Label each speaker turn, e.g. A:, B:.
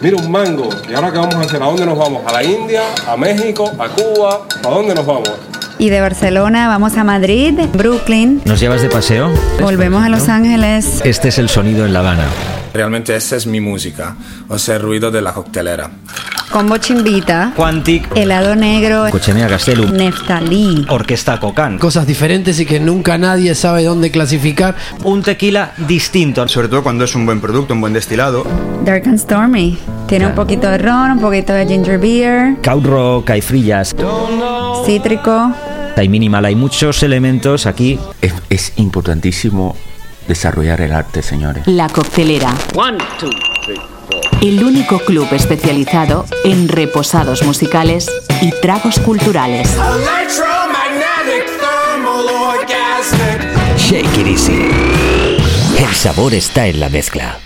A: Mira, un mango. ¿Y ahora qué vamos a hacer? ¿A dónde nos vamos? ¿A la India? ¿A México? ¿A Cuba? ¿A dónde nos vamos?
B: Y de Barcelona vamos a Madrid, Brooklyn,
C: ¿Nos llevas de paseo?
B: volvemos a Los Ángeles.
C: Este es el sonido en La Habana.
D: Realmente esa es mi música, o sea, el ruido de la coctelera.
B: Combo Chimbita,
C: Quantic,
B: Helado Negro,
C: Cochenea Castellum,
B: Neftalí.
C: Orquesta Cocán.
E: Cosas diferentes y que nunca nadie sabe dónde clasificar.
C: Un tequila distinto.
F: Sobre todo cuando es un buen producto, un buen destilado.
B: Dark and Stormy. Tiene un poquito de ron, un poquito de ginger beer,
C: Caudro, caifrillas,
B: cítrico.
C: hay minimal, hay muchos elementos aquí.
G: Es, es importantísimo desarrollar el arte, señores.
H: La Coctelera. El único club especializado en reposados musicales y tragos culturales.
I: Shake it easy. El sabor está en la mezcla.